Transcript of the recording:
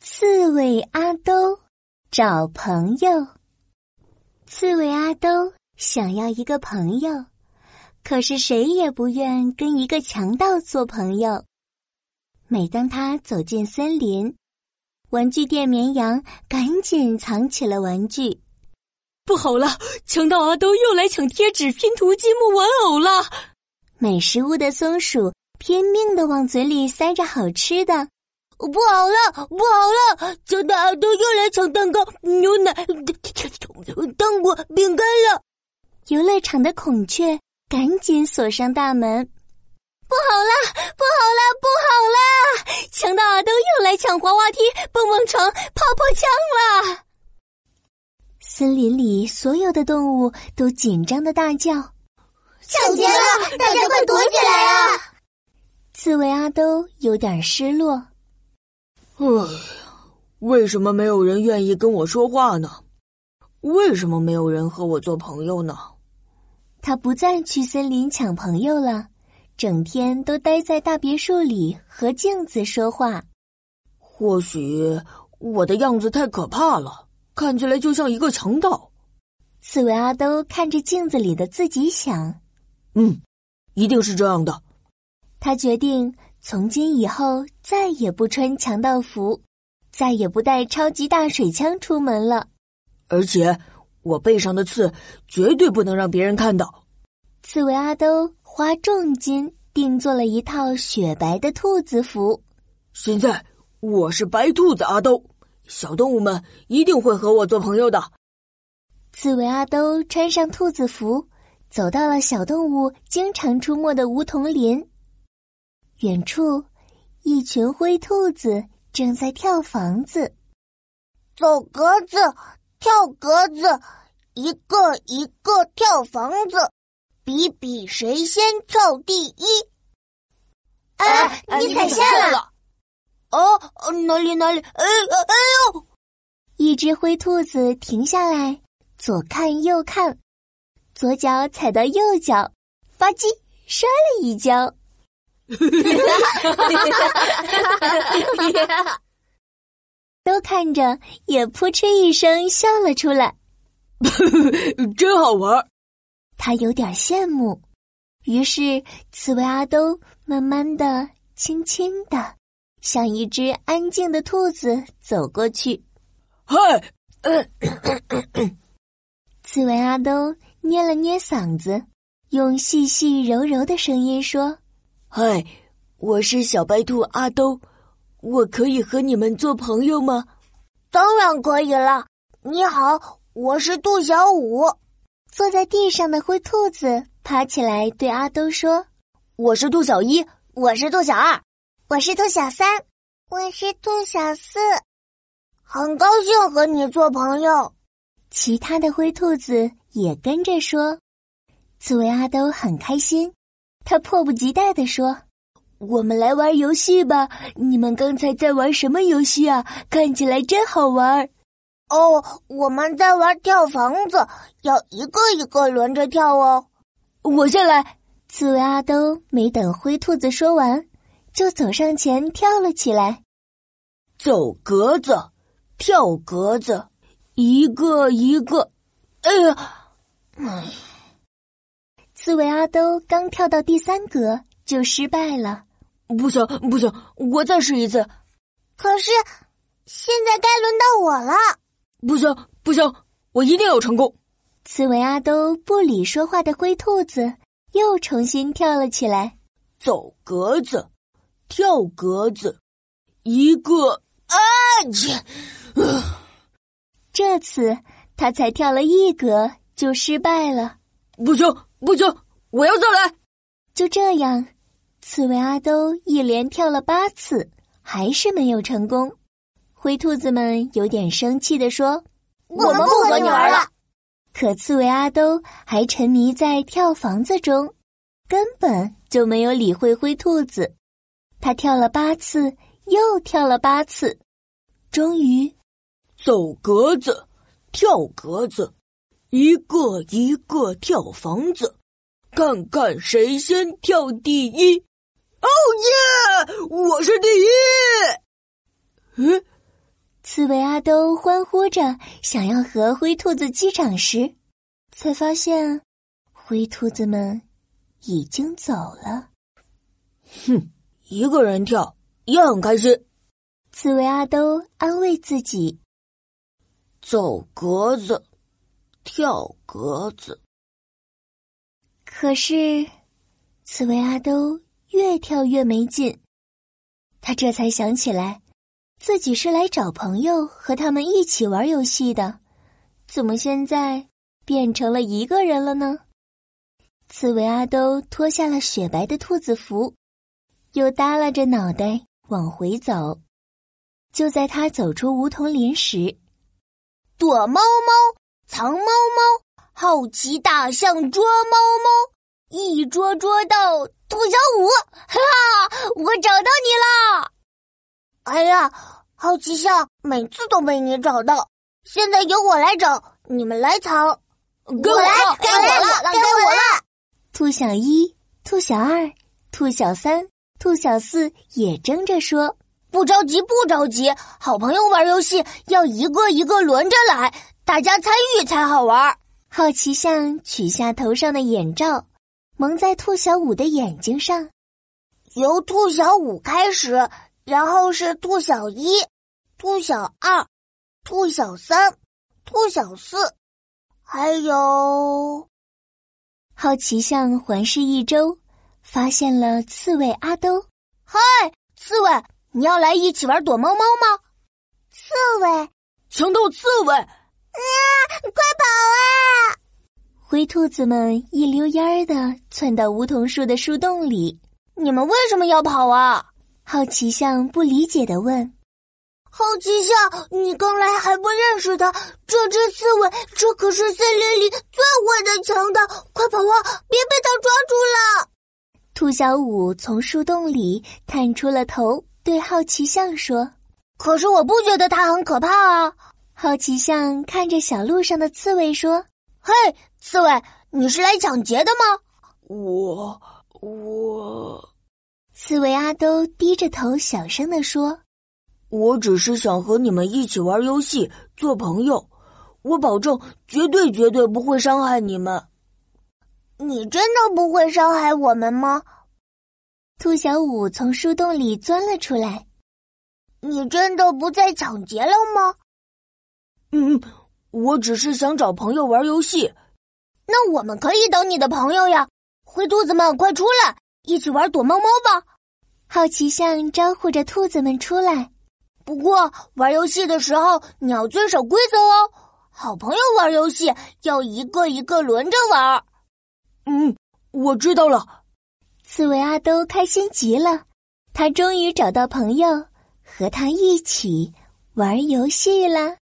刺猬阿兜找朋友。刺猬阿兜想要一个朋友，可是谁也不愿跟一个强盗做朋友。每当他走进森林，玩具店绵羊赶紧藏起了玩具。不好了，强盗阿兜又来抢贴纸、拼图、积木、玩偶了。美食屋的松鼠拼命的往嘴里塞着好吃的。不好了，不好了！强盗阿兜又来抢蛋糕、牛奶、糖果、饼干了。游乐场的孔雀赶紧锁上大门。不好了，不好了，不好了！强盗阿兜又来抢滑滑梯、蹦蹦床、泡泡枪了。森林里所有的动物都紧张的大叫：“抢劫了！大家快躲起来啊！”刺猬阿兜有点失落。呃，为什么没有人愿意跟我说话呢？为什么没有人和我做朋友呢？他不再去森林抢朋友了，整天都待在大别墅里和镜子说话。或许我的样子太可怕了，看起来就像一个强盗。刺猬阿兜看着镜子里的自己，想：“嗯，一定是这样的。”他决定。从今以后，再也不穿强盗服，再也不带超级大水枪出门了。而且，我背上的刺绝对不能让别人看到。刺猬阿兜花重金定做了一套雪白的兔子服。现在我是白兔子阿兜，小动物们一定会和我做朋友的。刺猬阿兜穿上兔子服，走到了小动物经常出没的梧桐林。远处，一群灰兔子正在跳房子，走格子，跳格子，一个一个跳房子，比比谁先跳第一。哎、啊，你踩线了！哦，哪里哪里？哎哎呦！一只灰兔子停下来，左看右看，左脚踩到右脚，吧唧摔了一跤。 都看着也扑哧一声笑了出来，真好玩。他有点羡慕，于是刺猬阿兜慢慢的、轻轻的，像一只安静的兔子走过去。嗨，刺猬阿兜捏了捏嗓子，用细细柔柔的声音说。嗨，我是小白兔阿兜，我可以和你们做朋友吗？当然可以了。你好，我是杜小五。坐在地上的灰兔子爬起来对阿兜说：“我是杜小一，我是杜小二，我是杜小三，我是杜小四。很高兴和你做朋友。”其他的灰兔子也跟着说：“刺猬阿兜很开心。”他迫不及待地说：“我们来玩游戏吧！你们刚才在玩什么游戏啊？看起来真好玩！”“哦，我们在玩跳房子，要一个一个轮着跳哦。”“我先来。”刺猬阿兜没等灰兔子说完，就走上前跳了起来。走格子，跳格子，一个一个。哎呀！唉刺猬阿兜刚跳到第三格就失败了，不行不行，我再试一次。可是现在该轮到我了，不行不行，我一定要成功。刺猬阿兜啊不理说话的灰兔子，又重新跳了起来。走格子，跳格子，一个啊切！呃、这次他才跳了一格就失败了，不行。不行，我要再来！就这样，刺猬阿兜一连跳了八次，还是没有成功。灰兔子们有点生气的说：“我们不和你玩了。”可刺猬阿兜还沉迷在跳房子中，根本就没有理会灰兔子。他跳了八次，又跳了八次，终于，走格子，跳格子。一个一个跳房子，看看谁先跳第一！Oh 哦耶！我是第一。嗯，刺猬阿兜欢呼着想要和灰兔子击掌时，才发现灰兔子们已经走了。哼，一个人跳也很开心。刺猬阿兜安慰自己。走格子，跳格子。可是，刺猬阿兜越跳越没劲。他这才想起来，自己是来找朋友和他们一起玩游戏的，怎么现在变成了一个人了呢？刺猬阿兜脱下了雪白的兔子服，又耷拉着脑袋往回走。就在他走出梧桐林时，躲猫猫，藏猫猫，好奇大象捉猫猫，一捉捉到兔小五，哈哈，我找到你啦！哎呀，好奇象每次都被你找到，现在由我来找，你们来藏。给我哎来，给给我我了了，给给我我了！兔小一、兔小二、兔小三、兔小四也争着说。不着急，不着急，好朋友玩游戏要一个一个轮着来，大家参与才好玩。好奇象取下头上的眼罩，蒙在兔小五的眼睛上。由兔小五开始，然后是兔小一、兔小二、兔小三、兔小四，还有好奇象环视一周，发现了刺猬阿兜。刺猬，你要来一起玩躲猫猫吗？刺猬。强盗刺猬，啊灰兔子们一溜烟儿的窜到梧桐树的树洞里。你们为什么要跑啊？好奇象不理解的问好奇象，你刚来还不认识它，这只刺猬，这可是森林里最坏的强盗，快跑啊！别被它抓住了！：“兔小五从树洞里探出了头，对好奇象说可是我不觉得它很可怕啊。：‘好奇象看着小路上的刺猬说，嘿，刺猬，你是来抢劫的吗？我我刺猬阿兜低着头小声的说。’”我只是想和你们一起玩游戏，做朋友。我保证绝对绝对不会伤害你们。你真的不会伤害我们吗？兔小五从树洞里钻了出来。你真的不再抢劫了吗？嗯，我只是想找朋友玩游戏。那我们可以当你的朋友呀。灰兔子们，快出来，一起玩躲猫猫吧。好奇象招呼着兔子们出来。不过玩游戏的时候你要遵守规则哦。好朋友玩游戏要一个一个轮着玩。嗯，我知道了。刺猬阿兜开心极了，他终于找到朋友，和他一起玩游戏啦。